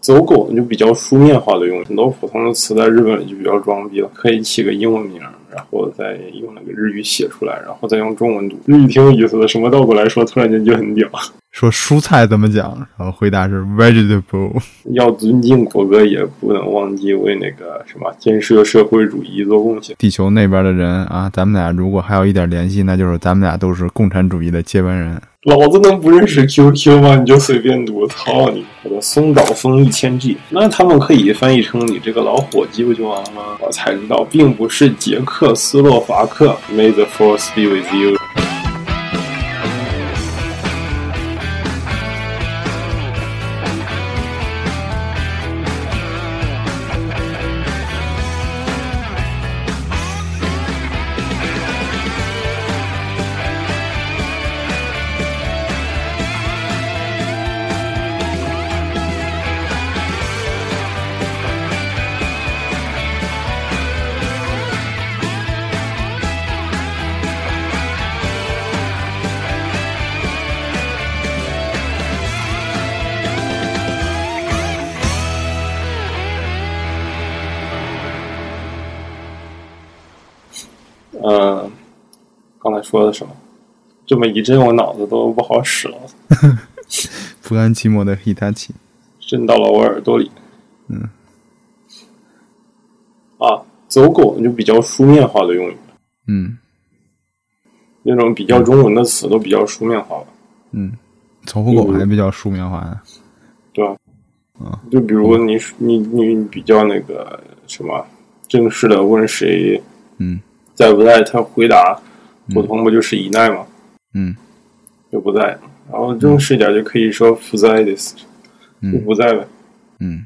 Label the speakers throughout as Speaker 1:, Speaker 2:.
Speaker 1: 走狗就比较书面化的用，很多普通的词在日本里就比较装逼了，可以起个英文名，然后再用那个日语写出来，然后再用中文读，日语挺有意思的，什么倒过来说，突然间就很屌。
Speaker 2: 说蔬菜怎么讲，然后回答是 vegetable。
Speaker 1: 要尊敬国歌，也不能忘记为那个什么建设社会主义做贡献。
Speaker 2: 地球那边的人啊，咱们俩如果还有一点联系，那就是咱们俩都是共产主义的接班人。
Speaker 1: 老子能不认识 QQ 吗？你就随便读，操你！我的松岛枫一千 G，那他们可以翻译成你这个老伙计不就完了吗？我才知道，并不是捷克斯洛伐克。May the force be with you。嗯，刚才说的什么？这么一阵，我脑子都不好使了，
Speaker 2: 不甘寂寞的 Hitachi，
Speaker 1: 震到了我耳朵里。
Speaker 2: 嗯，
Speaker 1: 啊，走狗就比较书面化的用语，
Speaker 2: 嗯
Speaker 1: 那种比较中文的词都比较书面化吧，
Speaker 2: 嗯，走狗还比较书面化呢。
Speaker 1: 对吧？
Speaker 2: 嗯，
Speaker 1: 就比如你你你比较那个什么正式的问谁
Speaker 2: 嗯
Speaker 1: 在不在，他回答
Speaker 2: 嗯
Speaker 1: 普通不就是以奈吗？
Speaker 2: 嗯
Speaker 1: 就不在。然后正式一点就可以说不在的，就
Speaker 2: 嗯
Speaker 1: 不在呗。
Speaker 2: 嗯，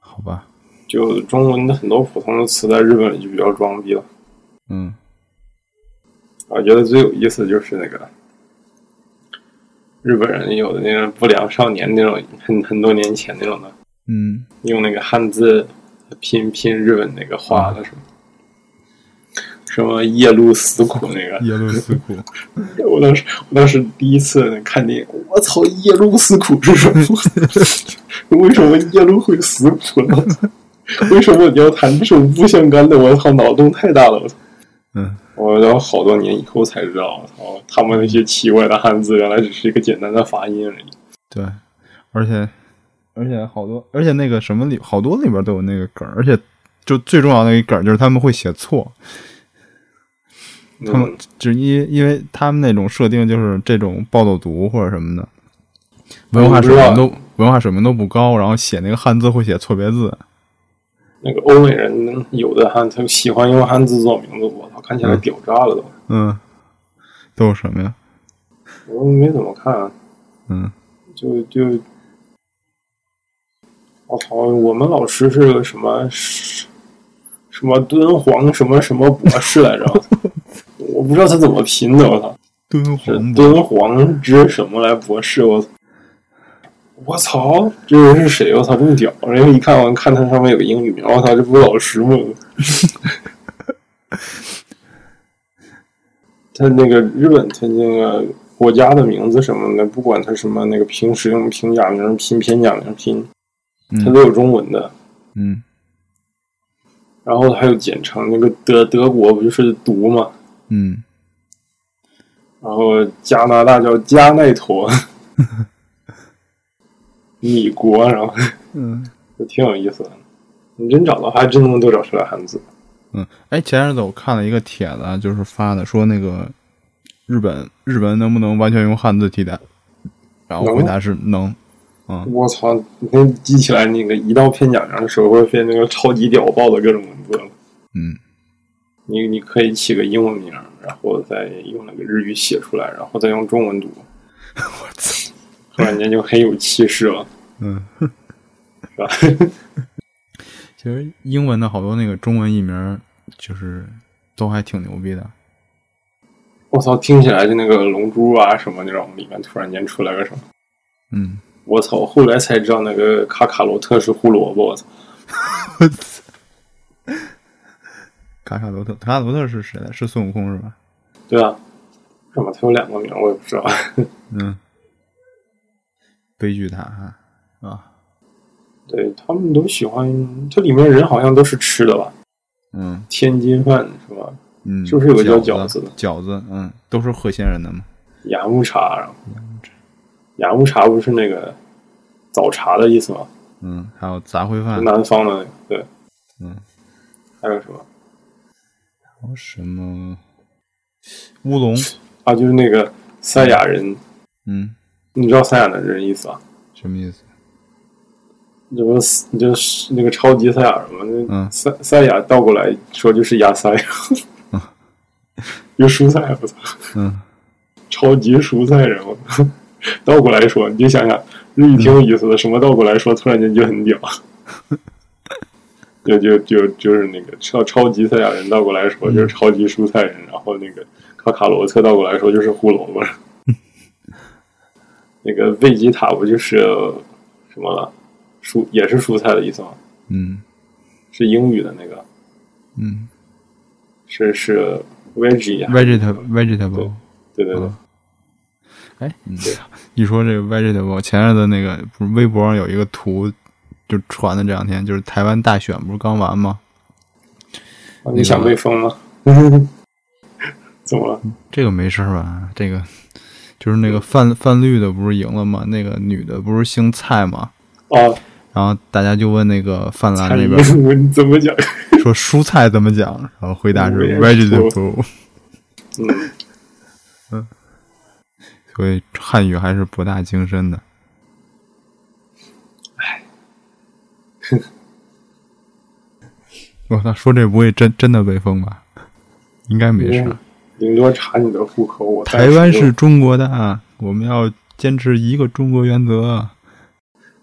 Speaker 2: 好吧，
Speaker 1: 就中文的很多普通的词在日本里就比较装逼了。
Speaker 2: 嗯
Speaker 1: 我觉得最有意思的就是那个日本人有的那种不良少年那种很很多年前那种的，
Speaker 2: 嗯
Speaker 1: 用那个汉字拼拼日本那个花的什么。什么夜露死苦那个，
Speaker 2: 耶路斯库，
Speaker 1: 我当时我当时第一次看电影，我操，夜路死苦是什么？ 为什么夜路会死苦呢？ 为什么你要谈这种不相干的？我操，脑洞太大了！我操，
Speaker 2: 嗯
Speaker 1: 我然后好多年以后才知道，我操，他们那些奇怪的汉字原来只是一个简单的发音而已。
Speaker 2: 对，而且而且好多，而且那个什么里好多里边都有那个梗儿，而且就最重要的一个梗儿就是他们会写错，他们
Speaker 1: 嗯，
Speaker 2: 只因因为他们那种设定就是这种暴走族或者什么的，文化水平都文化水平都不高，然后写那个汉字会写错别字。
Speaker 1: 那个欧美人有的汉，他们喜欢用汉字做名字，我操，看起来屌炸了都。
Speaker 2: 嗯，都有什么呀？
Speaker 1: 我没怎么看、啊
Speaker 2: 嗯
Speaker 1: 就就，我操！我们老师是个什么什么敦煌什么什么博士来着？ 我不知道他怎么拼的，我操！
Speaker 2: 敦
Speaker 1: 是
Speaker 2: 煌博
Speaker 1: 敦煌之什么来博士？我操！我操！这人是谁？我操！这么屌！然后一看，我看他上面有个英语名，我操！这不是老师吗？ 他那个日本，他那个国家的名字什么的，不管他什么那个平时用平假名拼、片假名拼，他
Speaker 2: 嗯
Speaker 1: 都有中文的。
Speaker 2: 嗯
Speaker 1: 然后还有简称，那个德德国不就是读嘛？
Speaker 2: 嗯
Speaker 1: 然后加拿大叫加奈陀， 米国，然后
Speaker 2: 嗯
Speaker 1: 就挺有意思的。你真找到，还真能都找出来汉字。
Speaker 2: 嗯。哎，前日子我看了一个帖子啊，就是发的，说那个日本日本能不能完全用汉字替代？然后回答是能。
Speaker 1: 我操，那记起来那个一到片假名的时候，会变那个超级屌爆的各种文字了。
Speaker 2: 嗯
Speaker 1: 你你可以起个英文名，然后再用那个日语写出来，然后再用中文读。我
Speaker 2: 操！
Speaker 1: 突然间就很有气势了，
Speaker 2: 嗯。
Speaker 1: 是吧？
Speaker 2: 其实英文的好多那个中文译名儿，就是都还挺牛逼的。
Speaker 1: 我操，听起来就那个龙珠啊什么那种，里面突然间出来个什么。
Speaker 2: 嗯，
Speaker 1: 我操！后来才知道那个卡卡罗特是胡萝卜。我操！
Speaker 2: 卡卡罗特，卡卡罗特是谁来？是孙悟空是吧？
Speaker 1: 对啊，为什么他有两个名儿我也不知道。
Speaker 2: 嗯，悲剧塔哈啊，
Speaker 1: 对他们都喜欢，这里面人好像都是吃的吧？
Speaker 2: 嗯
Speaker 1: 天津饭是吧？
Speaker 2: 嗯，
Speaker 1: 是不是有个叫
Speaker 2: 饺
Speaker 1: 饺子的
Speaker 2: 饺子，嗯，都是鹤县人的嘛。
Speaker 1: 雅木茶，然后雅木茶不是那个早茶的意思吗？
Speaker 2: 嗯，还有杂烩饭，
Speaker 1: 南方的那个对，
Speaker 2: 嗯，
Speaker 1: 还有什么
Speaker 2: 还有什么乌龙？
Speaker 1: 啊？就是那个三亚人，
Speaker 2: 嗯，
Speaker 1: 你知道三亚的人意思啊？
Speaker 2: 什么意思？
Speaker 1: 这不是你就是那个超级赛亚人吗？那
Speaker 2: 嗯
Speaker 1: 三三亚倒过来说就是亚塞， 一个蔬菜，我操，
Speaker 2: 嗯，
Speaker 1: 超级蔬菜人，我操，倒过来说，你就想想，这一挺有意思的，什么倒过来说，突然间就很屌， 就就就就是那个超超级赛亚人倒过来说就是超级蔬菜人，然后那个卡卡罗特倒过来说就是胡萝卜， 那个贝吉塔不就是什么了？蔬也是蔬菜的意思吗？
Speaker 2: 嗯
Speaker 1: 是英语的那个，
Speaker 2: 嗯
Speaker 1: 是是 veggie，啊
Speaker 2: ，vegetable vegetable。
Speaker 1: 对对对，
Speaker 2: 嗯哎，你一说这个 vegetable，前阵子那个不是微博上有一个图，就传的这两天，就是台湾大选不是刚完吗？
Speaker 1: 啊你想被封吗？ 怎么了？
Speaker 2: 这个没事儿吧？这个就是那个泛泛绿的不是赢了吗？那个女的不是姓蔡吗？
Speaker 1: 啊，
Speaker 2: 然后大家就问那个泛蓝
Speaker 1: 看
Speaker 2: 那
Speaker 1: 你
Speaker 2: 边
Speaker 1: 我 你怎么讲？
Speaker 2: 说蔬菜怎么讲，然后回答是 vegetable，
Speaker 1: vegetable 嗯，
Speaker 2: 所以汉语还是博大精深的。 哎，我操，说这不会真真的被封吧？应该没事儿。
Speaker 1: 顶多查你的户口。我
Speaker 2: 台湾
Speaker 1: 暂时
Speaker 2: 是中国的，我们要坚持一个中国原则。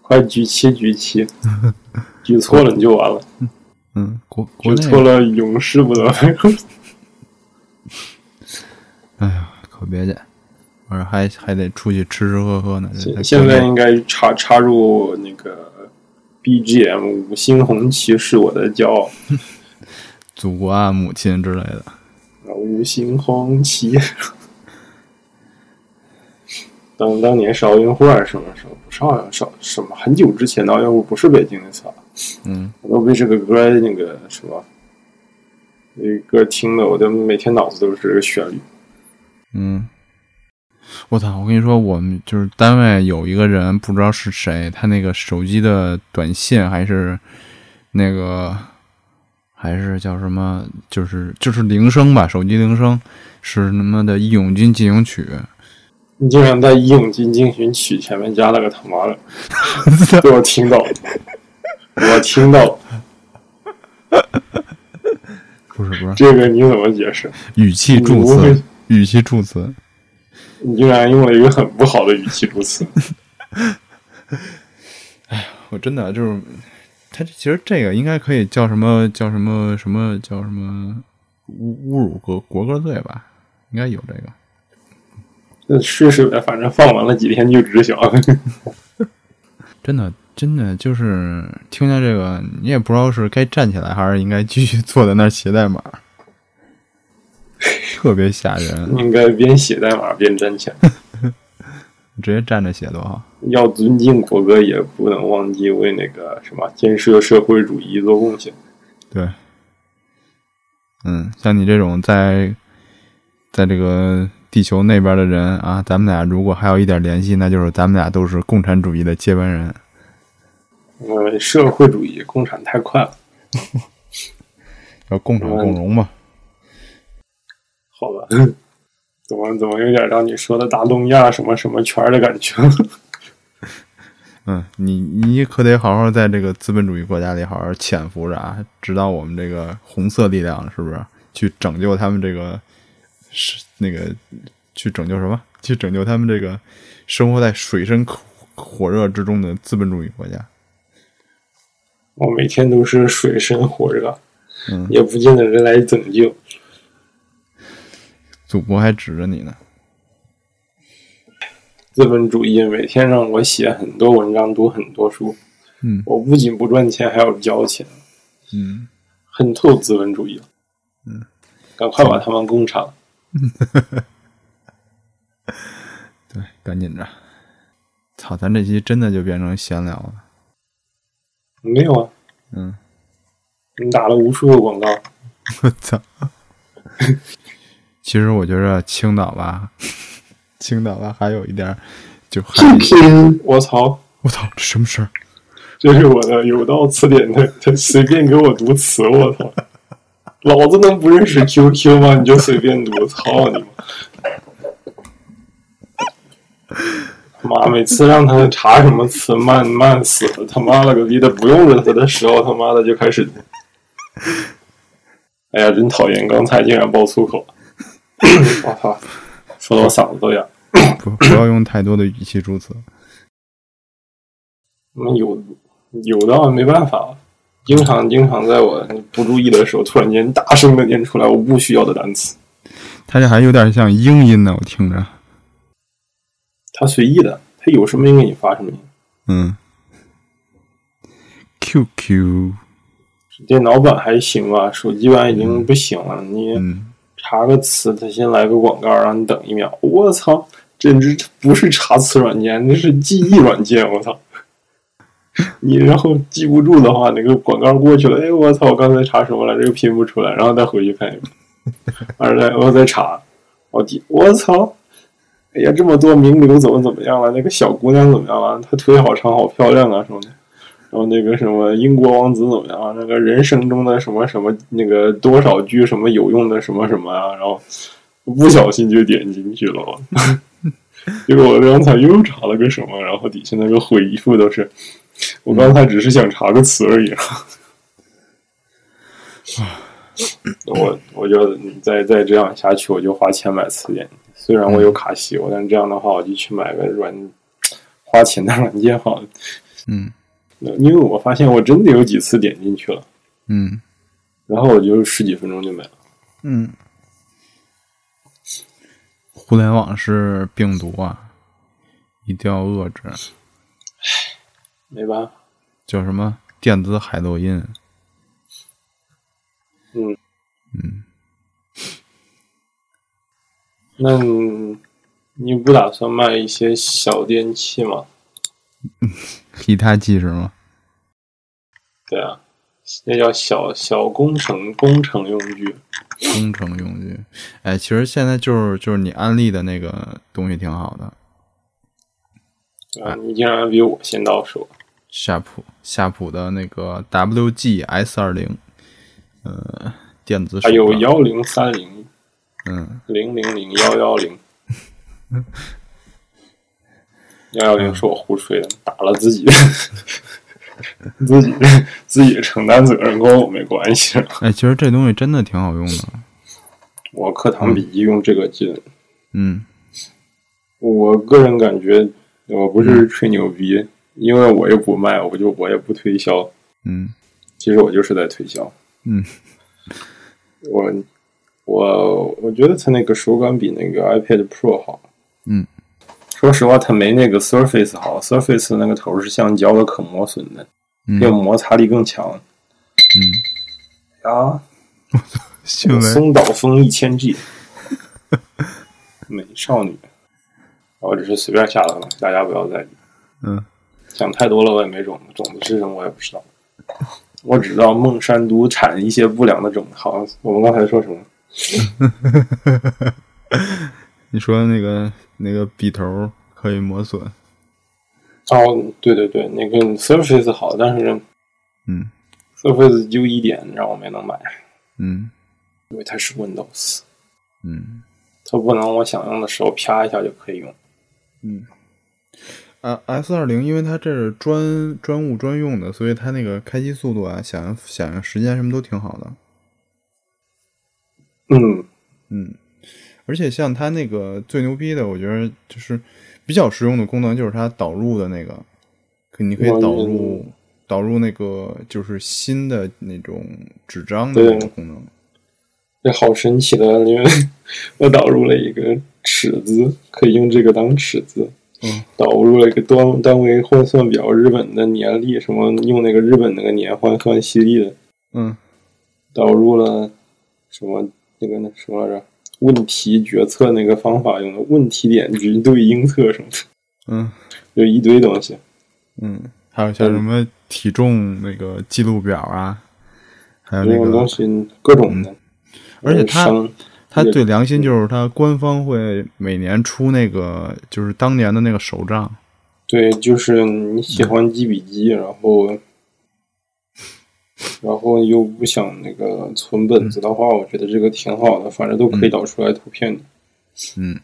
Speaker 1: 快举旗举 旗，举错了你就完了，
Speaker 2: 嗯，国国
Speaker 1: 举
Speaker 2: 内嗯
Speaker 1: 错了永世不得翻身。
Speaker 2: 哎呀，可别介，我说还还得出去吃吃喝喝呢。这
Speaker 1: 现现
Speaker 2: 国
Speaker 1: 在
Speaker 2: 内
Speaker 1: 应该插插入那个 BGM，五星红旗是我的骄傲。
Speaker 2: 祖国啊、母亲之类的，
Speaker 1: 啊，五星红旗。当当年是奥运会还是什么时候？不是奥运，是什么？很久之前的奥运会不是北京那次啊，
Speaker 2: 嗯，
Speaker 1: 我都被这个歌那个什么，那歌听的，我的每天脑子都是这个旋律。
Speaker 2: 嗯，我操！我跟你说，我们就是单位有一个人，不知道是谁，他那个手机的短信还是那个还是叫什么，就是就是铃声吧，手机铃声是他妈的《义勇军进行曲
Speaker 1: 你竟然在《义勇军进行曲》前面加了个他妈的，》被我听到了，我听到了，
Speaker 2: 不是不是，
Speaker 1: 这个你怎么解释？
Speaker 2: 语气助
Speaker 1: 你不会
Speaker 2: 词，语气助词，
Speaker 1: 你竟然用了一个很不好的语气助词。
Speaker 2: 我真的就是，他其实这个应该可以叫什么叫什么什么叫什么侮侮辱国国歌罪吧？应该有这个。
Speaker 1: 那试试呗，反正放完了几天就知晓。
Speaker 2: 真的，真的就是听见这个，你也不知道是该站起来还是应该继续坐在那儿写代码，特别吓人。
Speaker 1: 应该边写代码边挣钱，
Speaker 2: 直接站着写多好。
Speaker 1: 要尊敬国歌，也不能忘记为那个什么建设社会主义做贡献。
Speaker 2: 对，嗯，像你这种在在这个地球那边的人啊，咱们俩如果还有一点联系，那就是咱们俩都是共产主义的接班人。
Speaker 1: 呃，社会主义共产太快了，
Speaker 2: 要共产共荣嘛。
Speaker 1: 好吧？怎么怎么有点让你说的大东亚什么什么圈儿的感觉？
Speaker 2: 嗯，你你可得好好在这个资本主义国家里好好潜伏着啊，直到我们这个红色力量是不是去拯救他们这个是那个去拯救什么？去拯救他们这个生活在水深火火热之中的资本主义国家。
Speaker 1: 我每天都是水深火热，
Speaker 2: 嗯
Speaker 1: 也不见得人来拯救。
Speaker 2: 祖国还指着你呢。
Speaker 1: 资本主义每天让我写很多文章，读很多书。
Speaker 2: 嗯
Speaker 1: 我不仅不赚钱，还要交钱，
Speaker 2: 嗯，
Speaker 1: 恨透资本主义了。
Speaker 2: 嗯，
Speaker 1: 赶快把他们共产。
Speaker 2: 对，赶紧着。操，咱这期真的就变成闲聊了。
Speaker 1: 没有啊，
Speaker 2: 嗯，
Speaker 1: 你打了无数个广告，
Speaker 2: 我操！ 其实我觉着青岛吧， 青岛吧还有一点儿就还
Speaker 1: 我操！
Speaker 2: 我操，这什么声儿？
Speaker 1: 这是我的有道词典的，他随便给我读词，我操！ 老子能不认识 QQ 吗？你就随便读，操你妈！妈，每次让他查什么词，慢慢死了，他妈了个逼的，不用着他的时候，他妈的就开始，哎呀，真讨厌！刚才竟然爆粗口， 我操！说的我嗓子都哑。
Speaker 2: 不，不要用太多的语气助词。
Speaker 1: 那有有的没办法，经常经常在我不注意的时候，突然间大声的念出来我不需要的单词，
Speaker 2: 它这还有点像英音呢，我听着。
Speaker 1: 他随意的，他有什么音给你发什么音。
Speaker 2: 嗯，QQ，
Speaker 1: 电脑版还行吧，手机版已经不行了。你
Speaker 2: 嗯，
Speaker 1: 查个词，他先来个广告，让你等一秒。我操，简直不是查词软件，那是记忆软件。我操，你然后记不住的话，那个广告过去了，哎，我操，我刚才查什么来着？又拼不出来，然后再回去看一遍，而再我再查，我记，我操，哎呀，这么多名流怎么怎么样了？那个小姑娘怎么样了？她腿好长，好漂亮啊什么的。然后那个什么英国王子怎么样啊？那个人生中的什么什么那个多少句什么有用的什么什么啊？然后不小心就点进去了， 结果我刚才又查了个什么，然后底下那个回复都是我刚才只是想查个词而已。啊 我我就再再这样下去，我就花钱买词典。虽然我有卡西欧，但这样的话我就去买个软花钱的软件好了。
Speaker 2: 嗯，
Speaker 1: 因为我发现我真的有几次点进去了，
Speaker 2: 嗯，
Speaker 1: 然后我就十几分钟就没了。
Speaker 2: 嗯。互联网是病毒啊，一定要遏制。
Speaker 1: 没办法，
Speaker 2: 叫什么电子海洛因？
Speaker 1: 嗯
Speaker 2: 嗯，
Speaker 1: 那你你不打算卖一些小电器吗？
Speaker 2: 其他技是吗？
Speaker 1: 对啊，那叫小小工程工程用具。
Speaker 2: 工程用具。哎，其实现在就是就是你安利的那个东西挺好的，
Speaker 1: 对啊，你竟然比我先到手，
Speaker 2: 夏普夏普的那个 WG S 二零，呃，电子手
Speaker 1: 还有
Speaker 2: 表
Speaker 1: 幺零三零
Speaker 2: 嗯
Speaker 1: 零零零幺幺零。幺幺零是我胡吹的，打了自己， 自己 自己承担责任，跟我没关系。
Speaker 2: 哎，其实这东西真的挺好用的，
Speaker 1: 我课堂笔记用这个记的，
Speaker 2: 嗯
Speaker 1: 我个人感觉，我不是
Speaker 2: 嗯
Speaker 1: 吹牛逼，因为我又不卖，我就我也不推销，
Speaker 2: 嗯
Speaker 1: 其实我就是在推销。
Speaker 2: 嗯
Speaker 1: 我我我觉得它那个手感比那个 iPad Pro 好。
Speaker 2: 嗯，
Speaker 1: 说实话，它没那个 Surface 好，Surface 那个头是橡胶的，可磨损的，
Speaker 2: 嗯
Speaker 1: 要摩擦力更强。
Speaker 2: 嗯，
Speaker 1: 啊，
Speaker 2: 新闻
Speaker 1: 松岛枫一千 G，美少女，我只是随便下的了，大家不要在意。
Speaker 2: 嗯
Speaker 1: 想太多了，我也没种子，种子是什么我也不知道。我只知道孟山都产一些不良的种子。好，我们刚才说什么？
Speaker 2: 你说那个那个笔头可以磨损，
Speaker 1: 哦，对对对，那个 Surface 好，但是
Speaker 2: 嗯
Speaker 1: Surface 就一点让我没能买，
Speaker 2: 嗯
Speaker 1: 因为它是 Windows，
Speaker 2: 嗯
Speaker 1: 它不能我想用的时候啪一下就可以用。
Speaker 2: 嗯，啊 S 二零，因为它这是专专务专用的，所以它那个开机速度啊，响应响应时间什么都挺好的，
Speaker 1: 嗯，
Speaker 2: 嗯，而且像它那个最牛逼的，我觉得就是比较实用的功能，就是它导入的那个，可你可以
Speaker 1: 我
Speaker 2: 导
Speaker 1: 也
Speaker 2: 入导入那个就是新的那种纸张的
Speaker 1: 对
Speaker 2: 那种功能。
Speaker 1: 这好神奇的，因为 我导入了一个尺子，可以用这个当尺子。
Speaker 2: 嗯，
Speaker 1: 导入了一个单单位换算表，日本的年历什么，用那个日本那个年换算西历的。
Speaker 2: 嗯
Speaker 1: 导入了什么那个那什么来着？问题决策那个方法用的问题点局对应测什么的，
Speaker 2: 嗯
Speaker 1: 就一堆东西。
Speaker 2: 嗯还有像什么体重那个记录表啊，还有
Speaker 1: 这
Speaker 2: 那
Speaker 1: 种
Speaker 2: 个嗯
Speaker 1: 东，西各种的，
Speaker 2: 而且它
Speaker 1: 伤
Speaker 2: 它
Speaker 1: 也嗯
Speaker 2: 最良心就是它官方会每年出那个就是当年的那个手账，
Speaker 1: 对，就是你喜欢几比几，然后，然后又不想那个存本子的话，我觉得这个挺好的，反正都可以导出来图片的，
Speaker 2: 嗯，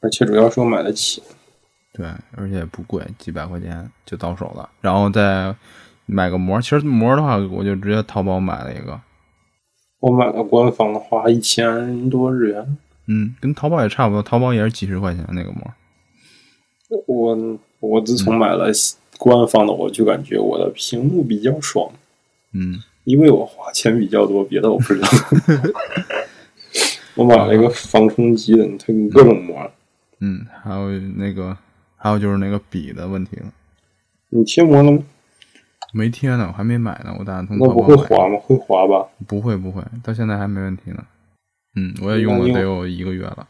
Speaker 1: 而且主要是我买得起。
Speaker 2: 对，而且不贵，几百块钱就到手了，然后再买个膜，其实膜的话我就直接淘宝买了一个，
Speaker 1: 我买了官方的话，一千多日元，
Speaker 2: 嗯，跟淘宝也差不多，淘宝也是几十块钱那个膜，
Speaker 1: 我我自从买了官方的，我就感觉我的屏幕比较爽，
Speaker 2: 嗯，
Speaker 1: 因为我花钱比较多，别的我不知道。 我买了一个防冲击的，它有各种膜。
Speaker 2: 嗯，还有那个，还有就是那个笔的问题了，
Speaker 1: 你贴膜了吗？
Speaker 2: 没贴呢，我还没买呢，我打算从
Speaker 1: 那
Speaker 2: 淘
Speaker 1: 不
Speaker 2: 宝
Speaker 1: 会
Speaker 2: 买。
Speaker 1: 滑吗？会滑吧？
Speaker 2: 不会不会，到现在还没问题呢。嗯，我也用
Speaker 1: 那
Speaker 2: 了
Speaker 1: 用
Speaker 2: 得有一个月了。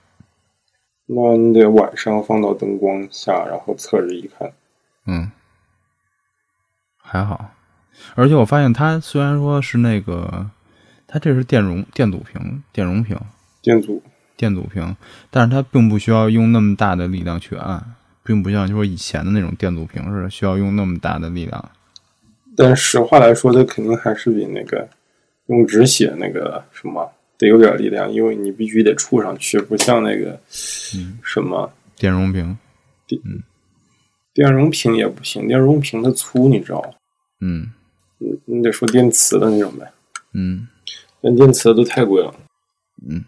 Speaker 1: 那你得晚上放到灯光下，然后侧着一看。
Speaker 2: 嗯，还好。而且我发现它虽然说是那个，它这是电容电阻屏，电容屏，
Speaker 1: 电阻，
Speaker 2: 电阻屏，但是它并不需要用那么大的力量去按，并不像说以前的那种电阻屏似的需要用那么大的力量。
Speaker 1: 但实话来说，它肯定还是比那个用纸写那个什么得有点力量，因为你必须得触上去，不像那个什么
Speaker 2: 电容屏，
Speaker 1: 电容屏也不行，电容屏它粗，你知道吗？
Speaker 2: 嗯
Speaker 1: 你你得说电磁的那种呗，
Speaker 2: 嗯
Speaker 1: 但电磁的都太贵了。
Speaker 2: 嗯，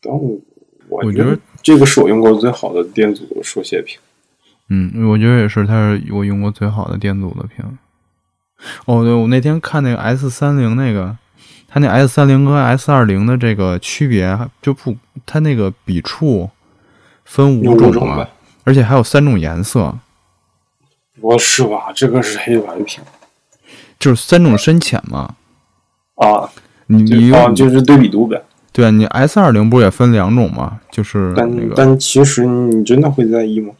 Speaker 1: 但我
Speaker 2: 我
Speaker 1: 我
Speaker 2: 觉
Speaker 1: 觉
Speaker 2: 得
Speaker 1: 得这个是我用过最好的电阻手写屏。
Speaker 2: 嗯，我觉得也是，它是我用过最好的电阻的屏。哦，对，我那天看那个 S 三零那个，它那 S 三零跟 S 二零的这个区别还就不，它那个笔触分
Speaker 1: 有
Speaker 2: 五
Speaker 1: 五
Speaker 2: 种
Speaker 1: 种
Speaker 2: 嘛
Speaker 1: 呗，
Speaker 2: 而且还有三种颜色，
Speaker 1: 我是吧？这个是黑白屏
Speaker 2: 就是三种深浅嘛。
Speaker 1: 啊，
Speaker 2: 你
Speaker 1: 就
Speaker 2: 你用、
Speaker 1: 啊就是对比度呗。
Speaker 2: 对啊，你 S 二零不是也分两种嘛？就是
Speaker 1: 但、
Speaker 2: 那个
Speaker 1: 但其实你真的会在意吗？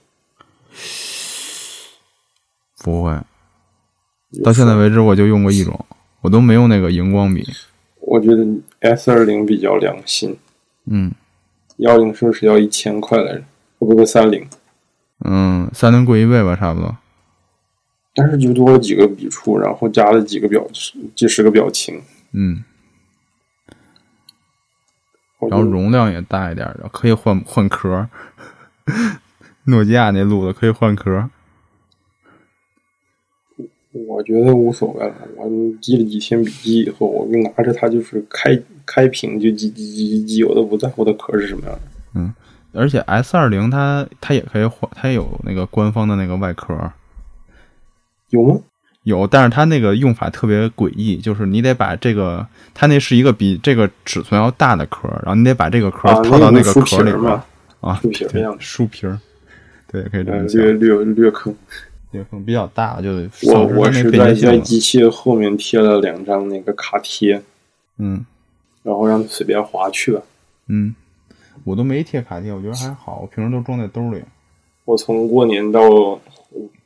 Speaker 2: 不会，到现在为止我就用过一种，我都没用那个荧光笔。
Speaker 1: 我觉得 S 二零比较良心，
Speaker 2: 嗯
Speaker 1: 幺零是不是要一千块来着？会不会三零？
Speaker 2: 嗯，三零贵一倍吧，差不多。
Speaker 1: 但是就多了几个笔触，然后加了几个表几十个表情，
Speaker 2: 嗯。
Speaker 1: 我就
Speaker 2: 然后容量也大一点的，可以换换壳。 诺基亚那路子可以换壳，
Speaker 1: 我觉得无所谓了。我记了几天笔记以后，我就拿着它就是开开屏就记记记记记，我都不在乎它壳是什么样的。
Speaker 2: 而且 S 二零它它也可以换，它也有那个官方的那个外壳，
Speaker 1: 有吗？
Speaker 2: 有，但是它那个用法特别诡异，就是你得把这个它那是一个比这个尺寸要大的壳，然后你得把这个壳
Speaker 1: 啊，
Speaker 2: 套到
Speaker 1: 那
Speaker 2: 个
Speaker 1: 书皮
Speaker 2: 壳里
Speaker 1: 儿
Speaker 2: 边
Speaker 1: 嘛，
Speaker 2: 啊，
Speaker 1: 树皮儿的样子
Speaker 2: 书皮儿，对，可以这
Speaker 1: 呃
Speaker 2: 么讲，
Speaker 1: 略略略坑。
Speaker 2: 也可能比较大，就得
Speaker 1: 我
Speaker 2: 丧失它
Speaker 1: 我
Speaker 2: 那
Speaker 1: 是
Speaker 2: 便
Speaker 1: 在
Speaker 2: 携性
Speaker 1: 在
Speaker 2: 了
Speaker 1: 机器后面贴了两张那个卡贴，
Speaker 2: 嗯
Speaker 1: 然后让它随便划去了。
Speaker 2: 嗯，我都没贴卡贴，我觉得还好，我平时都装在兜里。
Speaker 1: 我从过年到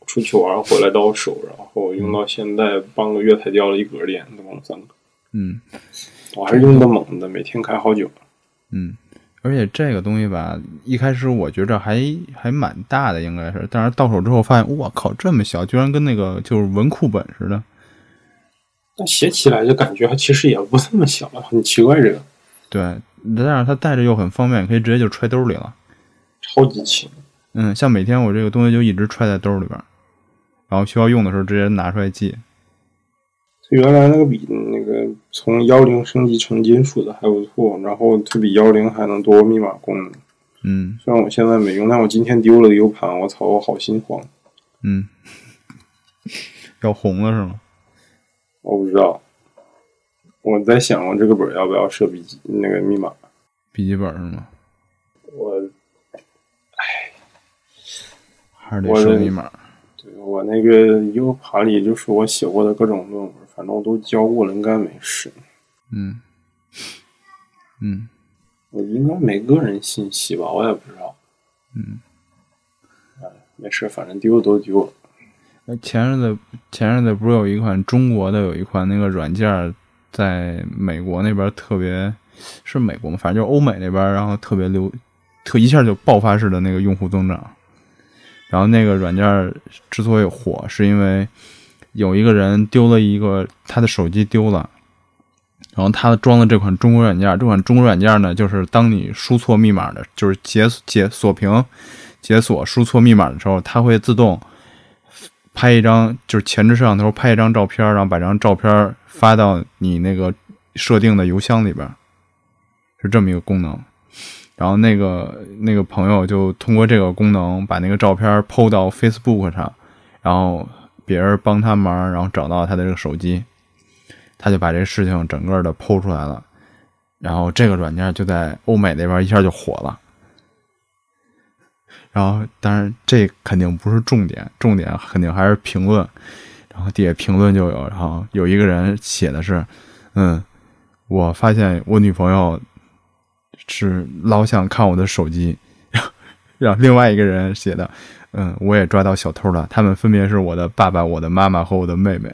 Speaker 1: 出去玩回来到手，然后用到现在半个月才掉了一格电，总共三个。
Speaker 2: 嗯
Speaker 1: 我还是用的猛的，每天开好久。
Speaker 2: 嗯，而且这个东西吧，一开始我觉着还还蛮大的，应该是，但是到手之后发现，我靠，这么小，居然跟那个就是文库本似的。
Speaker 1: 但写起来就感觉其实也不这么小，很奇怪这个，
Speaker 2: 对，但是它带着又很方便，可以直接就揣兜里了。
Speaker 1: 超级轻。
Speaker 2: 嗯，像每天我这个东西就一直揣在兜里边儿，然后需要用的时候直接拿出来记。
Speaker 1: 原来那个笔那个从幺零升级成金属的还不错，然后它比幺零还能多密码功能。
Speaker 2: 嗯
Speaker 1: 虽然我现在没用，但我今天丢了个 U 盘，我操，我好心慌。
Speaker 2: 嗯， 要红了是吗？
Speaker 1: 我不知道，我在想我这个本儿要不要设笔记那个密码。
Speaker 2: 笔记本是吗？
Speaker 1: 我
Speaker 2: 还是得
Speaker 1: 我
Speaker 2: 设
Speaker 1: 的
Speaker 2: 密码？
Speaker 1: 对我那个 U 盘里就是我写过的各种论文，反正我都交过了，应该没事。
Speaker 2: 嗯嗯，
Speaker 1: 我应该没个人信息吧，我也不知道。嗯，哎，没事，反正丢了都丢了。
Speaker 2: 呃前日子前日子不是有一款中国的有一款那个软件儿在美国那边特别是美国吗？反正就是欧美那边，然后特别流，特一下就爆发式的那个用户增长。然后那个软件儿之所以火，是因为有一个人丢了一个他的手机丢了，然后他装了这款中国软件儿。这款中国软件儿呢，就是当你输错密码的，就是解解锁屏、解锁输错密码的时候，它会自动拍一张，就是前置摄像头拍一张照片儿，然后把这张照片儿发到你那个设定的邮箱里边儿，是这么一个功能。然后那个那个朋友就通过这个功能把那个照片儿 PO 到 Facebook 上，然后别人帮他忙，然后找到他的这个手机，他就把这个事情整个的 PO 出来了。然后这个软件就在欧美那边一下就火了。然后，当然这肯定不是重点，重点肯定还是评论。然后底下评论就有，然后有一个人写的是，嗯，我发现我女朋友是老想看我的手机， 然后另外一个人写的，嗯，我也抓到小偷了，他们分别是我的爸爸、我的妈妈和我的妹妹。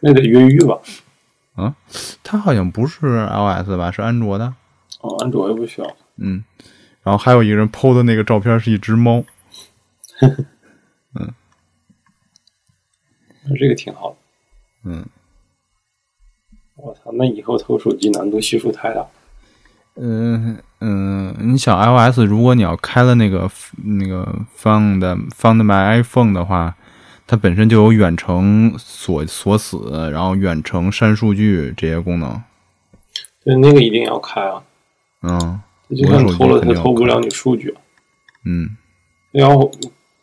Speaker 1: 那得越狱吧？
Speaker 2: 他好像不是 iOS 吧，是安卓的。
Speaker 1: 啊，安卓又不需要。
Speaker 2: 嗯，然后还有一个人 PO 的那个照片是一只猫，
Speaker 1: 这个挺好的。
Speaker 2: 嗯。
Speaker 1: 我操，那以后偷手机难度系数太大。
Speaker 2: 嗯嗯，你想 iOS，如果你要开了那个那个 Found Found My iPhone 的话，它本身就有远程锁锁死，然后远程删数据这些功能。
Speaker 1: 对，那个一定要开啊！
Speaker 2: 嗯
Speaker 1: 就算偷了，他偷不了你数据啊。
Speaker 2: 嗯
Speaker 1: 要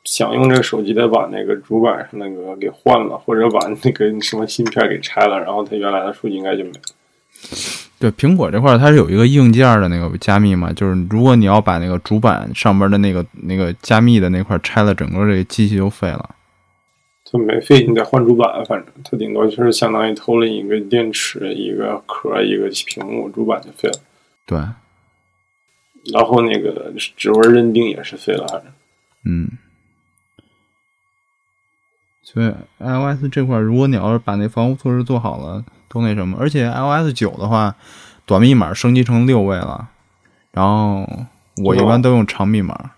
Speaker 1: 想用这个手机得把那个主板上那个给换了，或者把那个什么芯片给拆了，然后它原来的数据应该就没了。
Speaker 2: 对，苹果这块儿它是有一个硬件的那个加密嘛，就是如果你要把那个主板上边的那个那个加密的那块儿拆了，整个这个机器就废了。
Speaker 1: 它没费，你得换主板，反正它顶多就是相当于偷了一个电池、一个壳、一个屏幕，主板就废了。
Speaker 2: 对，
Speaker 1: 然后那个指纹认定也是废了，反正
Speaker 2: 嗯，所以 iOS 这块儿，如果你要是把那防护措施做好了，都那什么。而且 iOS 九的话，短密码升级成六位了，然后我一般都用长密码。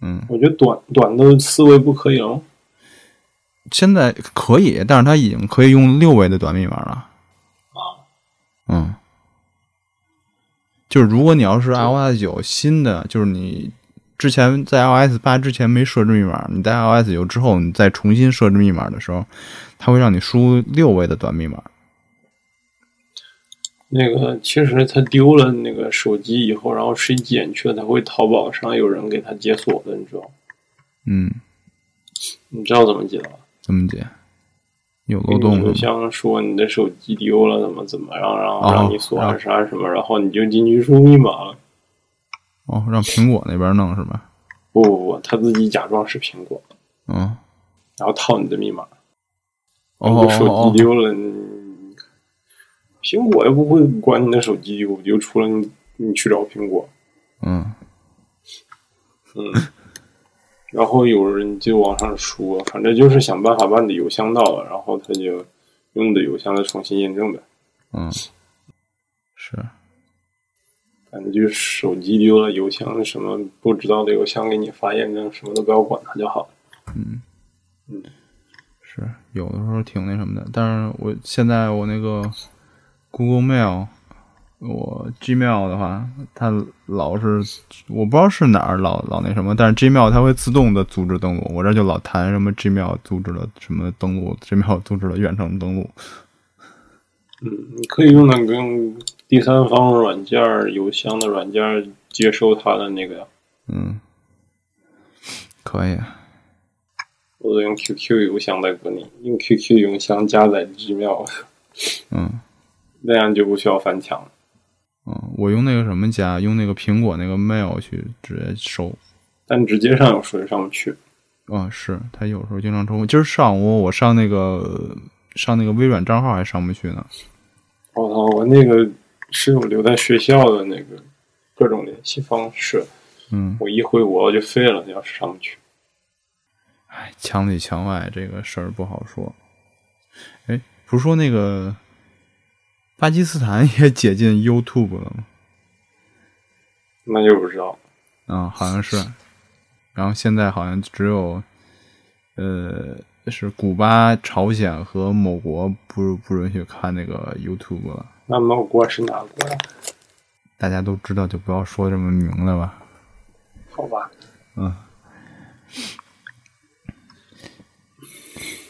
Speaker 2: 嗯，
Speaker 1: 我觉得短短的思维不可以了吗？
Speaker 2: 现在可以，但是它已经可以用六位的短密码了。啊，嗯，就是如果你要是 iOS 九新的，就是你之前在 iOS 八之前没设置密码，你在 iOS 九之后，你再重新设置密码的时候，它会让你输入六位的短密码。
Speaker 1: 那个其实他丢了那个手机以后，然后谁捡去了，他会淘宝上有人给他解锁的，你知道吗？
Speaker 2: 嗯，
Speaker 1: 你知道怎么解吗？
Speaker 2: 怎么解？有
Speaker 1: 给
Speaker 2: 漏
Speaker 1: 你
Speaker 2: 洞
Speaker 1: 邮
Speaker 2: 是吗？
Speaker 1: 箱嗯说你的手机丢了，怎么怎么样，然后
Speaker 2: 哦
Speaker 1: 让你锁
Speaker 2: 然
Speaker 1: 上
Speaker 2: 后
Speaker 1: 啥什么，然后你就进去输密码了。
Speaker 2: 哦，让苹果那边弄是吧？
Speaker 1: 不不不，他自己假装是苹果，
Speaker 2: 嗯，
Speaker 1: 然后套你的密码。
Speaker 2: 哦
Speaker 1: 如
Speaker 2: 哦
Speaker 1: 果手
Speaker 2: 哦
Speaker 1: 机，丢了，你苹果又不会管你的手机丢不丢，除了你你去找苹果。
Speaker 2: 嗯，
Speaker 1: 嗯，然后有人就往上说，反正就是想办法把你的邮箱盗了，然后他就用你的邮箱再重新验证呗。
Speaker 2: 嗯，是，
Speaker 1: 反正就是手机丢了，邮箱什么不知道的邮箱给你发验证，什么都不要管它就好了。
Speaker 2: 是有的时候挺那什么的，但是我现在我那个 Google Mail，我 Gmail 的话，它老是我不知道是哪儿老老那什么，但是 Gmail 它会自动的阻止登录，我这就老弹什么 Gmail 阻止了什么登录，Gmail 阻止了远程登录。
Speaker 1: 嗯，你可以用那跟第三方软件儿、邮箱的软件儿接收它的那个呀，
Speaker 2: 嗯，可以，
Speaker 1: 我都用 QQ 邮箱在管理，用 QQ 邮箱加载 Gmail，
Speaker 2: 嗯。
Speaker 1: 那样就不需要翻墙了。
Speaker 2: 嗯，我用那个什么加，用那个苹果那个 Mail 去直接收，
Speaker 1: 但直接上有时候上不去。
Speaker 2: 啊，是他有时候经常抽。今儿上午我上那个上那个微软账号还上不去呢。
Speaker 1: 哦我操，我那个是我留在学校的那个各种联系方式，
Speaker 2: 嗯，
Speaker 1: 我一回国就废了那要是上去。
Speaker 2: 哎，墙里墙外这个事儿不好说。哎，不是说那个巴基斯坦也解禁 YouTube 了吗？
Speaker 1: 那就不知道。
Speaker 2: 啊，好像是。然后现在好像只有，呃，是古巴、朝鲜和某国不不允许看那个 YouTube 了。
Speaker 1: 那某国是哪国呀、
Speaker 2: 大家都知道，就不要说这么明了吧。
Speaker 1: 好吧，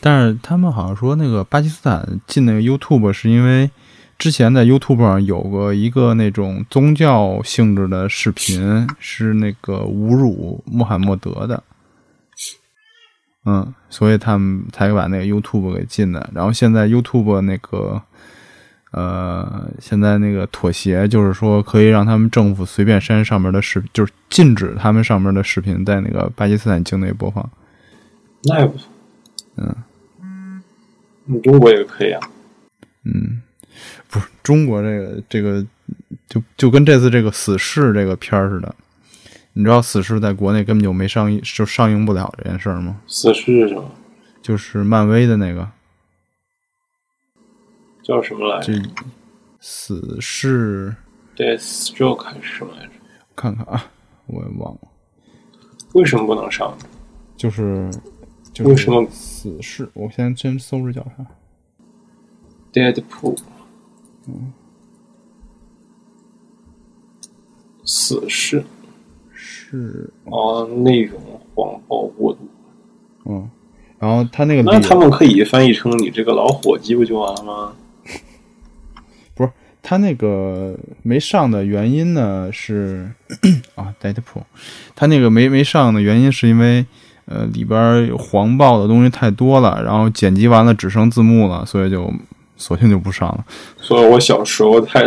Speaker 2: 但是他们好像说，那个巴基斯坦进那个 YouTube 是因为之前在 YouTube 上有过一个那种宗教性质的视频，是那个侮辱穆罕默德的，嗯，所以他们才把那个 YouTube 给禁的。然后现在 YouTube 那个，呃，现在那个妥协就是说可以让他们政府随便删上面的视，就是禁止他们上面的视频在那个巴基斯坦境内播放。
Speaker 1: 那也不错。嗯，你中国也可以啊。
Speaker 2: 嗯，不是中国这个这个，就就跟这次这个《死侍》这个片儿似的，你知道《死侍》在国内根本就没上映，就上映不了这件事儿吗？
Speaker 1: 死侍是吗？
Speaker 2: 就是漫威的那个，
Speaker 1: 叫什么来
Speaker 2: 这
Speaker 1: 着？
Speaker 2: 《死侍》，
Speaker 1: Deathstroke 还是什么来着？
Speaker 2: 看看啊，我也忘了，
Speaker 1: 为什么不能上？
Speaker 2: 就是就是
Speaker 1: 为什么
Speaker 2: 《死侍》，我现在真搜着叫啥？
Speaker 1: Deadpool，死侍
Speaker 2: 是，
Speaker 1: 啊，内容谎报过度。
Speaker 2: 嗯，然后他那个
Speaker 1: 那
Speaker 2: 理
Speaker 1: 他们可以翻译成“你这个老伙计”不就完了吗？
Speaker 2: 不是他那个没上的原因呢是 啊，Deadpool，他那个没没上的原因是因为呃里边儿有黄暴的东西太多了，然后剪辑完了只剩字幕了，所以就索性就不上了。
Speaker 1: 所以我小时候泰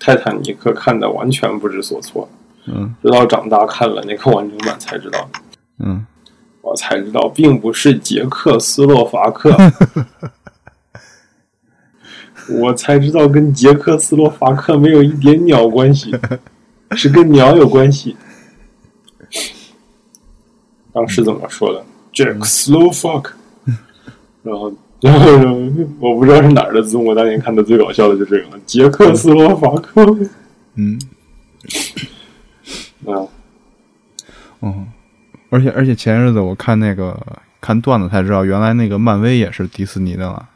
Speaker 1: 泰坦尼克看的完全不知所措，
Speaker 2: 嗯
Speaker 1: 直到长大看了那个完整版才知道，
Speaker 2: 嗯，
Speaker 1: 我才知道并不是捷克斯洛伐克，我才知道跟捷克斯洛伐克没有一点鸟关系，是跟鸟有关系。当时怎么说的？Jack Slovak，然后。然后我不知道是哪儿的字幕，我当年看的最搞笑的就是这个了捷克斯洛伐克。
Speaker 2: 嗯
Speaker 1: 嗯，
Speaker 2: 哦，而且而且前日子我看那个看段子才知道，原来那个漫威也是迪士尼的了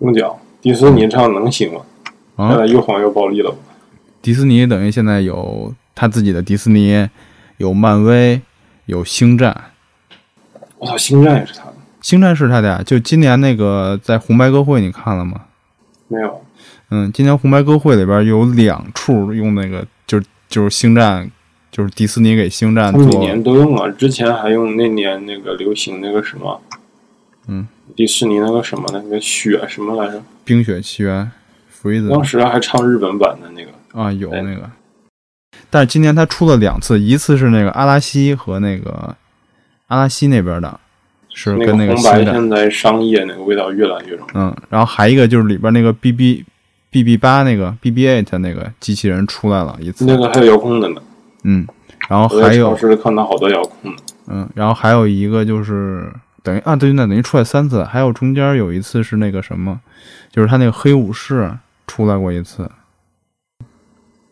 Speaker 1: 用脚，迪士尼这样能行吗？
Speaker 2: 啊。
Speaker 1: 现在又黄又暴力了吧？
Speaker 2: 迪士尼等于现在有他自己的迪士尼，有漫威，有星战。
Speaker 1: 我操，星战也是他的，
Speaker 2: 星战是他的呀，就今年那个在红白歌会你看了吗？
Speaker 1: 没有。
Speaker 2: 嗯，今年红白歌会里边有两处用那个，就是就是星战，就是迪士尼给星战
Speaker 1: 他
Speaker 2: 做
Speaker 1: 每年都用啊，之前还用那年那个流行那个什么，
Speaker 2: 嗯，
Speaker 1: 迪士尼那个什么那个雪什么来着？
Speaker 2: 《冰雪奇缘》
Speaker 1: 当
Speaker 2: Freeze
Speaker 1: 时还唱日本版的那个，
Speaker 2: 啊，有那个。但是今年他出了两次，一次是那个阿拉西和那个阿拉西那边的，是
Speaker 1: 那
Speaker 2: 跟那个
Speaker 1: 红
Speaker 2: 星
Speaker 1: 白
Speaker 2: 战，
Speaker 1: 现在商业那个味道越来越重。
Speaker 2: 嗯，然后还一个就是里边那个 B B B B 八那个 B B eight 那个机器人出来了一次，
Speaker 1: 那个还有遥控的呢，
Speaker 2: 嗯，然后
Speaker 1: 我
Speaker 2: 还
Speaker 1: 在
Speaker 2: 有
Speaker 1: 超市看到好多遥控的。
Speaker 2: 嗯，然后还有一个就是等于啊，对，那等于出来三次，还有中间有一次是那个什么，就是他那个黑武士出来过一次，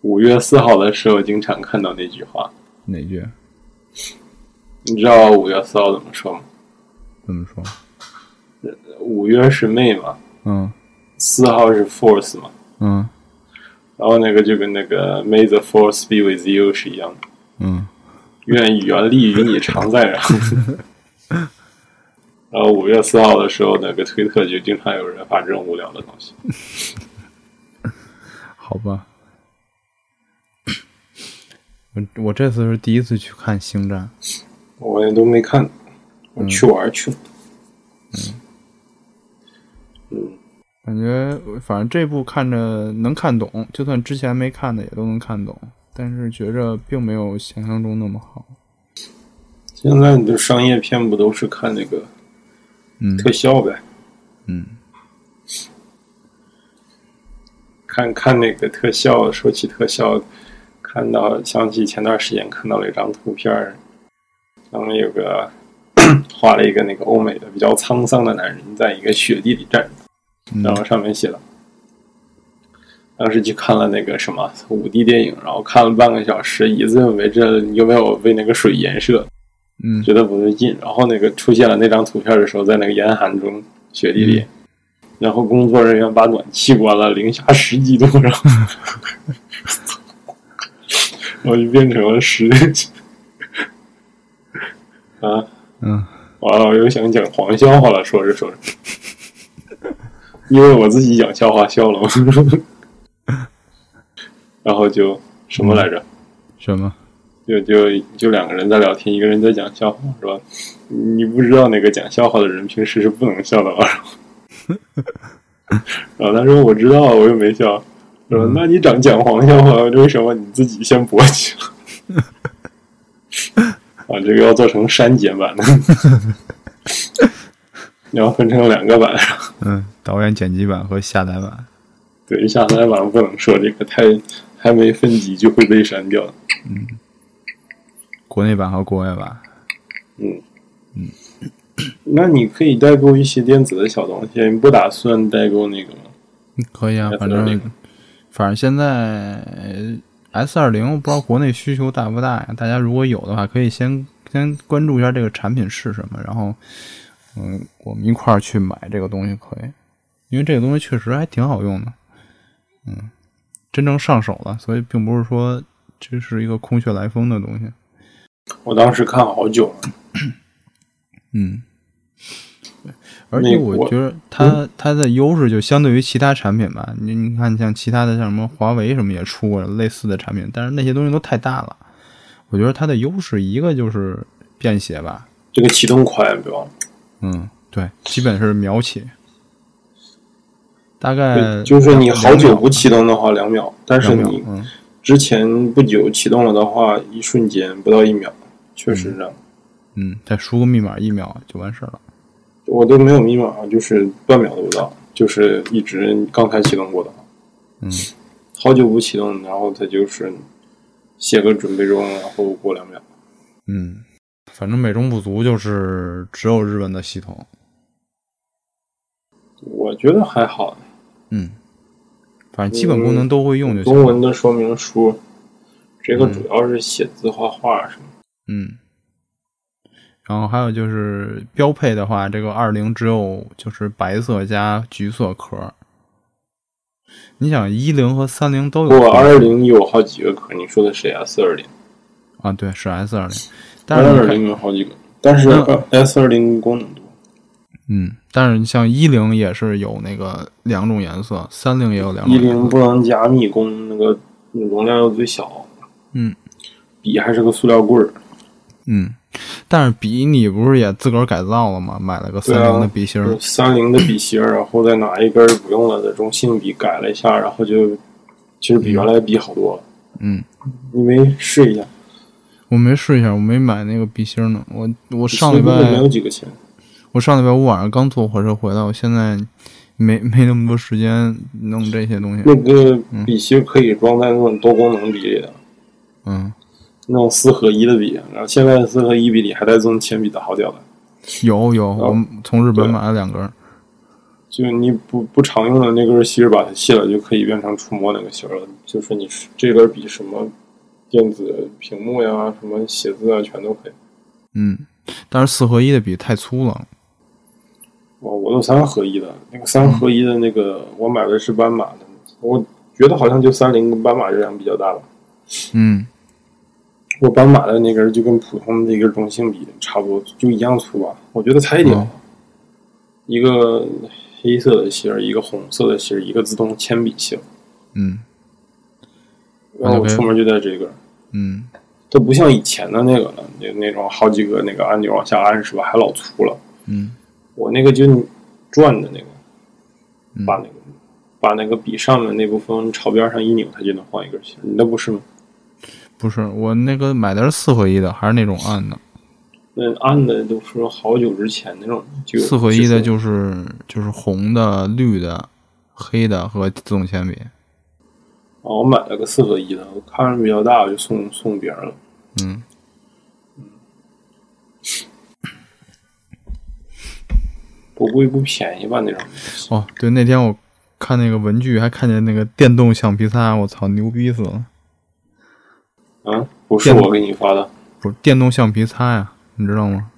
Speaker 1: 五月四号的时候，经常看到那句话，
Speaker 2: 哪句？
Speaker 1: 你知道五月四号怎么说吗？
Speaker 2: 怎么说？
Speaker 1: 五月是 May 嘛，
Speaker 2: 嗯
Speaker 1: 四号是 Force 嘛，
Speaker 2: 嗯
Speaker 1: 然后那个就跟那个 May the Force be with you 是一样的，
Speaker 2: 嗯
Speaker 1: 愿原力与你常在。然后，然后五月四号的时候，那个推特就经常有人发这种无聊的东西。
Speaker 2: 好吧。我我这次是第一次去看《星战》，
Speaker 1: 我也都没看，我去玩去了。嗯，
Speaker 2: 感觉反正这部看着能看懂，就算之前没看的也都能看懂，但是觉着并没有想象中那么好。
Speaker 1: 现在的商业片不都是看那个
Speaker 2: 嗯
Speaker 1: 特效呗？
Speaker 2: 嗯，
Speaker 1: 看看那个特效，说起特效，看到想起前段时间看到了一张图片儿，上面有个 画了一个那个欧美的比较沧桑的男人在一个雪地里站着。然
Speaker 2: 嗯
Speaker 1: 后上面写了，当时去看了那个什么五 D 电影，然后看了半个小时，以自认为这有没有被那个水淹射，
Speaker 2: 嗯
Speaker 1: 觉得不对劲。然后那个出现了那张图片的时候，在那个严寒中雪地里，然后工作人员把暖气关了，零下十几度，然后 我就变成了十啊。
Speaker 2: 嗯，
Speaker 1: 完了，我又啊想讲黄笑话了，说着说着，因为我自己讲笑话笑了， 然后就什么来着？
Speaker 2: 什么？
Speaker 1: 就就就两个人在聊天，一个人在讲笑话，说你不知道哪个讲笑话的人平时是不能笑的啊。 然后他说我知道，我又没笑。说那你讲讲黄笑话，为什么你自己先勃起了？ 啊，这个要做成删减版的， 你要分成两个版。
Speaker 2: 嗯，导演剪辑版和下载版。
Speaker 1: 对，下载版不能说这个太还没分级就会被删掉。
Speaker 2: 国内版和国外版。
Speaker 1: 嗯，那你可以代购一些电子的小东西，你不打算代购那个吗？
Speaker 2: 可以啊，
Speaker 1: S20
Speaker 2: 反正反正现在呃 S 二零不知道国内需求大不大呀？大家如果有的话，可以先先关注一下这个产品是什么，然后嗯，我们一块儿去买这个东西可以，因为这个东西确实还挺好用的，嗯，嗯真正上手了，所以并不是说这是一个空穴来风的东西，
Speaker 1: 我当时看好久了，
Speaker 2: 嗯。而且
Speaker 1: 那
Speaker 2: 我
Speaker 1: 我嗯
Speaker 2: 觉得它它的优势就相对于其他产品吧，你你看像其他的像什么华为什么也出过类似的产品，但是那些东西都太大了。我觉得它的优势一个就是便携吧，
Speaker 1: 这个启动快，别忘了，
Speaker 2: 嗯，对，基本是秒起，大概
Speaker 1: 对就是你好久不
Speaker 2: 呃两
Speaker 1: 启动的话两秒，但是
Speaker 2: 秒吧，两
Speaker 1: 你
Speaker 2: 秒，嗯，
Speaker 1: 之前不久启动了的话，一瞬间不到一秒，确实这样。
Speaker 2: 嗯，再输个密码一秒就完事儿了，
Speaker 1: 我都没有密码，就是半秒都不到，就是一直刚才启动过的。
Speaker 2: 嗯，
Speaker 1: 好久不启动，然后它就是写个准备中，然后过两秒。
Speaker 2: 嗯，反正美中不足就是只有日本的系统，
Speaker 1: 我觉得还好，
Speaker 2: 嗯，反正基本功能都会用就行。
Speaker 1: 中文的说明书，这个主要是写字画画什么。
Speaker 2: 嗯，然后还有就是标配的话，这个二零只有就是白色加橘色壳。你想一零和三零都
Speaker 1: 不
Speaker 2: 有
Speaker 1: 过
Speaker 2: 壳
Speaker 1: 二零有好几个壳，你说的谁啊？四二零，
Speaker 2: 啊，对，是 S 二零，但是
Speaker 1: 二
Speaker 2: 你看
Speaker 1: 零有好几个，但是
Speaker 2: 嗯
Speaker 1: S 二零功能多。
Speaker 2: 嗯，但是你像一零也是有那个两种颜色，三零也有两种
Speaker 1: 一
Speaker 2: 颜
Speaker 1: 零
Speaker 2: 色，
Speaker 1: 不能加密功，那个容量要最小。
Speaker 2: 嗯，
Speaker 1: 笔还是个塑料棍儿。
Speaker 2: 嗯，但是笔你不是也自个儿改造了吗？买了个
Speaker 1: 对
Speaker 2: 三
Speaker 1: 啊
Speaker 2: 零的笔芯儿，
Speaker 1: 三菱的笔芯儿，然后再拿一根儿不用了的中性笔改了一下，然后就其实比原来笔好多了。
Speaker 2: 嗯，
Speaker 1: 你没试一下？
Speaker 2: 我没试一下，我没买那个笔芯儿呢，我我上礼
Speaker 1: 你
Speaker 2: 拜
Speaker 1: 随便没有几个钱，
Speaker 2: 我上礼拜五晚上刚坐火车回来，我现在没没那么多时间弄这些东西。
Speaker 1: 那个笔芯儿可以装在那种多功能笔里的，
Speaker 2: 嗯，
Speaker 1: 那种四合一的笔。然后现在的四合一笔里还带自动铅笔的，好屌的。
Speaker 2: 有有，我们从日本
Speaker 1: 对
Speaker 2: 买了两根儿。
Speaker 1: 就你不不常用的那根芯儿，把它卸了，就可以变成触摸那个芯儿了。就是你这根笔什么电子屏幕呀、什么写字啊，全都可以。
Speaker 2: 嗯，但是四合一的笔太粗了。
Speaker 1: 我我都三合一的，那个三合一的那个，我买的是斑马的，我觉得好像就三菱跟斑马这两个比较大吧。
Speaker 2: 嗯
Speaker 1: 我斑马的那根就跟普通的一根中性笔差不多，就一样粗吧。我觉得差一点，
Speaker 2: 嗯
Speaker 1: 一个黑色的芯儿，一个红色的芯儿，一个自动铅笔芯儿。
Speaker 2: 嗯
Speaker 1: 然后我
Speaker 2: OK
Speaker 1: 出门就带这一根儿，
Speaker 2: 嗯
Speaker 1: 它不像以前的那个了，那那种好几个那个按钮往下按是吧，还老粗了。
Speaker 2: 嗯
Speaker 1: 我那个就转的那个，
Speaker 2: 嗯
Speaker 1: 把那个把那个笔上面那部分朝边上一拧，它就能换一根线。你那不是吗？
Speaker 2: 不是，我那个买的是四合一的，还是那种按的。
Speaker 1: 那按的都是好久之前那种，就
Speaker 2: 四合一的就是就是红的、绿的、黑的和自动铅笔。
Speaker 1: 然后我买了个四合一的，我看着比较大，我就送送别人了。
Speaker 2: 嗯，
Speaker 1: 不贵不便宜吧那种。
Speaker 2: 哦，对，那天我看那个文具，还看见那个电动橡皮擦，我操，牛逼死了！
Speaker 1: 啊，不是我给你发的，
Speaker 2: 不是电动橡皮擦呀，你知道吗？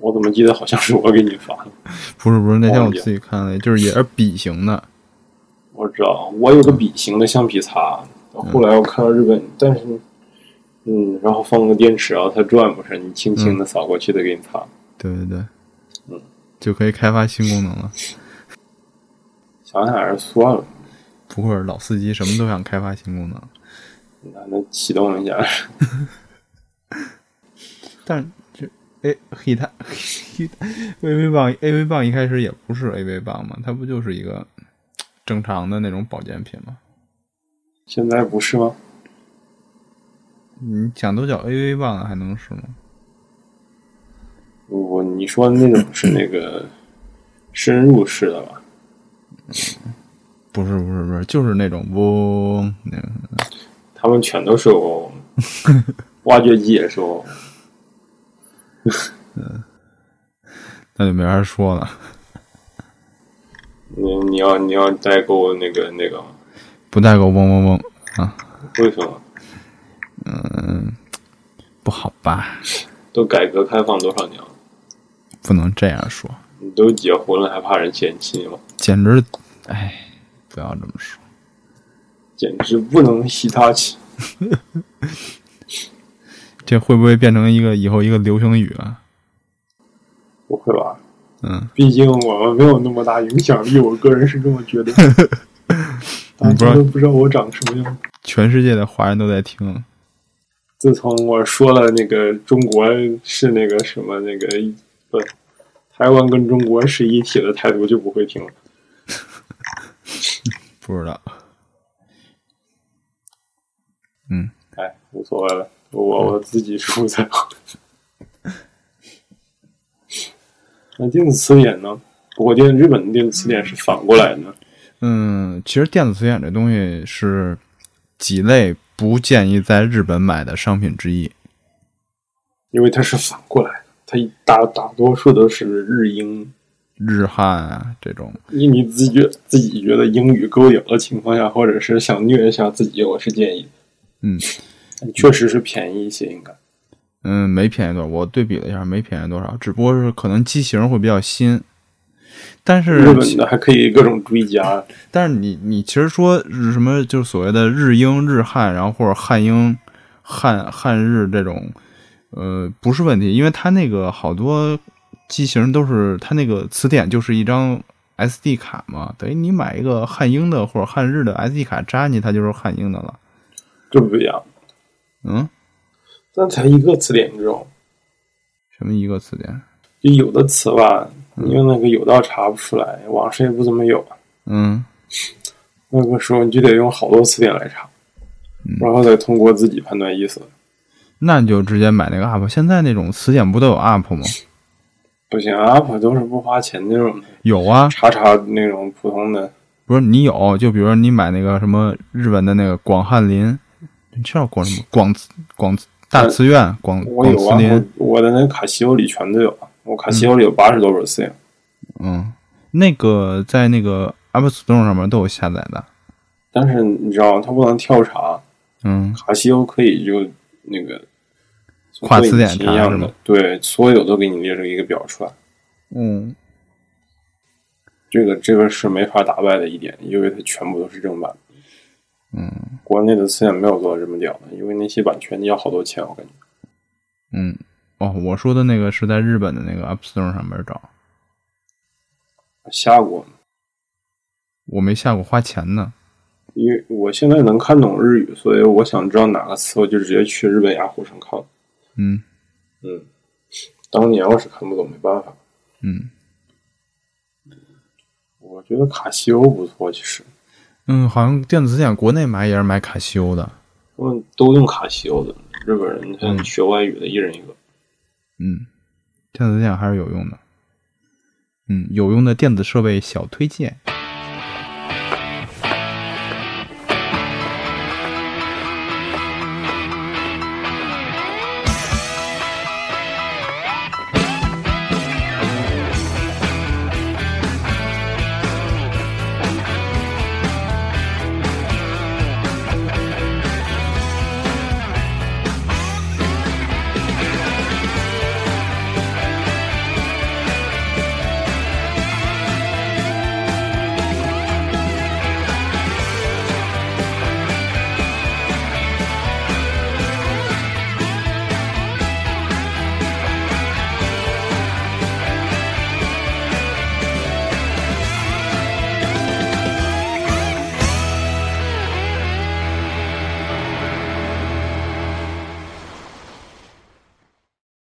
Speaker 1: 我怎么记得好像是我给你发的？
Speaker 2: 不是不是，那天
Speaker 1: 忘
Speaker 2: 我
Speaker 1: 记了
Speaker 2: 自己看了，就是也是笔型的，
Speaker 1: 我知道，我有个笔型的橡皮擦，后来我看到日本，但是，嗯，然后放个电池，然后它转不是，你轻轻的扫过去，它给你擦。
Speaker 2: 对对对，
Speaker 1: 嗯，
Speaker 2: 就可以开发新功能了。
Speaker 1: 想想还是算了，
Speaker 2: 不愧是老司机，什么都想开发新功能。
Speaker 1: 那那启动一下，
Speaker 2: 但是这哎，hit hit AV 棒 AV 棒一开始也不是 AV 棒嘛，它不就是一个正常的那种保健品吗？
Speaker 1: 现在不是吗？
Speaker 2: 你讲都叫 AV 棒了，还能是吗？
Speaker 1: 我你说的那种是那个深入式的吧？
Speaker 2: 不是不是不是，就是那种嗡那个
Speaker 1: 他们全都是 我，挖掘机也是我。
Speaker 2: 那就没法说了。
Speaker 1: 你你要你要代购那个那个，
Speaker 2: 不带个嗡嗡嗡啊，
Speaker 1: 为什么？
Speaker 2: 嗯，不好吧？
Speaker 1: 都改革开放多少年了？
Speaker 2: 不能这样说，
Speaker 1: 你都结婚了还怕人嫌弃吗？
Speaker 2: 简直，哎，不要这么说。
Speaker 1: 简直不能吸他气！
Speaker 2: 这会不会变成一个以后一个流行语啊？
Speaker 1: 不会吧？
Speaker 2: 嗯，
Speaker 1: 毕竟我们没有那么大影响力，我个人是这么觉得。大
Speaker 2: 你不知
Speaker 1: 家
Speaker 2: 道
Speaker 1: 都不知道我长什么样。
Speaker 2: 全世界的华人都在听，
Speaker 1: 自从我说了那个中国是那个什么那个不，台湾跟中国是一体的态度，就不会听了。
Speaker 2: 不知道。
Speaker 1: 哎，无所谓了，我我
Speaker 2: 嗯
Speaker 1: 自己舒服才好。 那电子词典呢？不过电日本的电子词典是反过来的，
Speaker 2: 嗯，其实电子词典这东西是几类不建议在日本买的商品之一。
Speaker 1: 因为它是反过来的，它一大大多数都是日英
Speaker 2: 日汉啊，这种
Speaker 1: 你你自己觉自己觉得英语够有的情况下，或者是想虐一下自己，我是建议，
Speaker 2: 嗯，
Speaker 1: 确实是便宜一些，应该
Speaker 2: 嗯，没便宜多少。我对比了一下，没便宜多少，只不过是可能机型会比较新。但是
Speaker 1: 日本的还可以各种追加，
Speaker 2: 但是你你其实说日什么，就是所谓的日英、日汉，然后或者汉英、汉汉日这种，呃，不是问题，因为它那个好多机型都是它那个词典就是一张 SD 卡嘛，等于你买一个汉英的或者汉日的 SD 卡扎进去，它就是汉英的了。
Speaker 1: 这不一样。
Speaker 2: 嗯，
Speaker 1: 但才一个词典，你知道吗？
Speaker 2: 什么一个词典？
Speaker 1: 就有的词吧，因为那个有道查不出来，网上也不怎么有，
Speaker 2: 嗯，
Speaker 1: 那个时候你就得用好多词典来查，
Speaker 2: 嗯
Speaker 1: 然后再通过自己判断意思。
Speaker 2: 那你就直接买那个 UP。现在那种词典不都有 UP 吗？
Speaker 1: 不行，UP 都是不花钱那种的，
Speaker 2: 有啊，
Speaker 1: 查查那种普通的，
Speaker 2: 不是你有，就比如说你买那个什么日本的那个广汉林，你知道广什么嗯广慈广慈大慈院广
Speaker 1: 我
Speaker 2: 广
Speaker 1: 有
Speaker 2: 慈
Speaker 1: 啊，
Speaker 2: 林，
Speaker 1: 我我的那卡西欧里全都有，啊我卡西欧里有八十多本词典。
Speaker 2: 嗯，那个在那个 App Store 上面都有下载的，
Speaker 1: 但是你知道，它不能跳查，
Speaker 2: 嗯，
Speaker 1: 卡西欧可以就那个
Speaker 2: 跨词典
Speaker 1: 一
Speaker 2: 查是
Speaker 1: 样
Speaker 2: 吗
Speaker 1: 的，对，所有都给你列出一个表出来。
Speaker 2: 嗯，
Speaker 1: 这个这个是没法打败的一点，因为它全部都是正版。嗯，国内的词典没有做的这么屌的，因为那些版权要好多钱，我感觉。
Speaker 2: 嗯，哦，我说的那个是在日本的那个 App Store 上面找，
Speaker 1: 下过，
Speaker 2: 我没下过花钱呢，
Speaker 1: 因为我现在能看懂日语，所以我想知道哪个词，我就直接去日本雅虎上看。
Speaker 2: 嗯
Speaker 1: 嗯，当年我是看不懂，没办法。
Speaker 2: 嗯
Speaker 1: 我觉得卡西欧不错，其实
Speaker 2: 嗯，好像电子词典国内买也是买卡西欧的，
Speaker 1: 他们嗯都用卡西欧的，日本人他们学外语的一人一个。
Speaker 2: 嗯，电子词典还是有用的，嗯，有用的电子设备小推荐，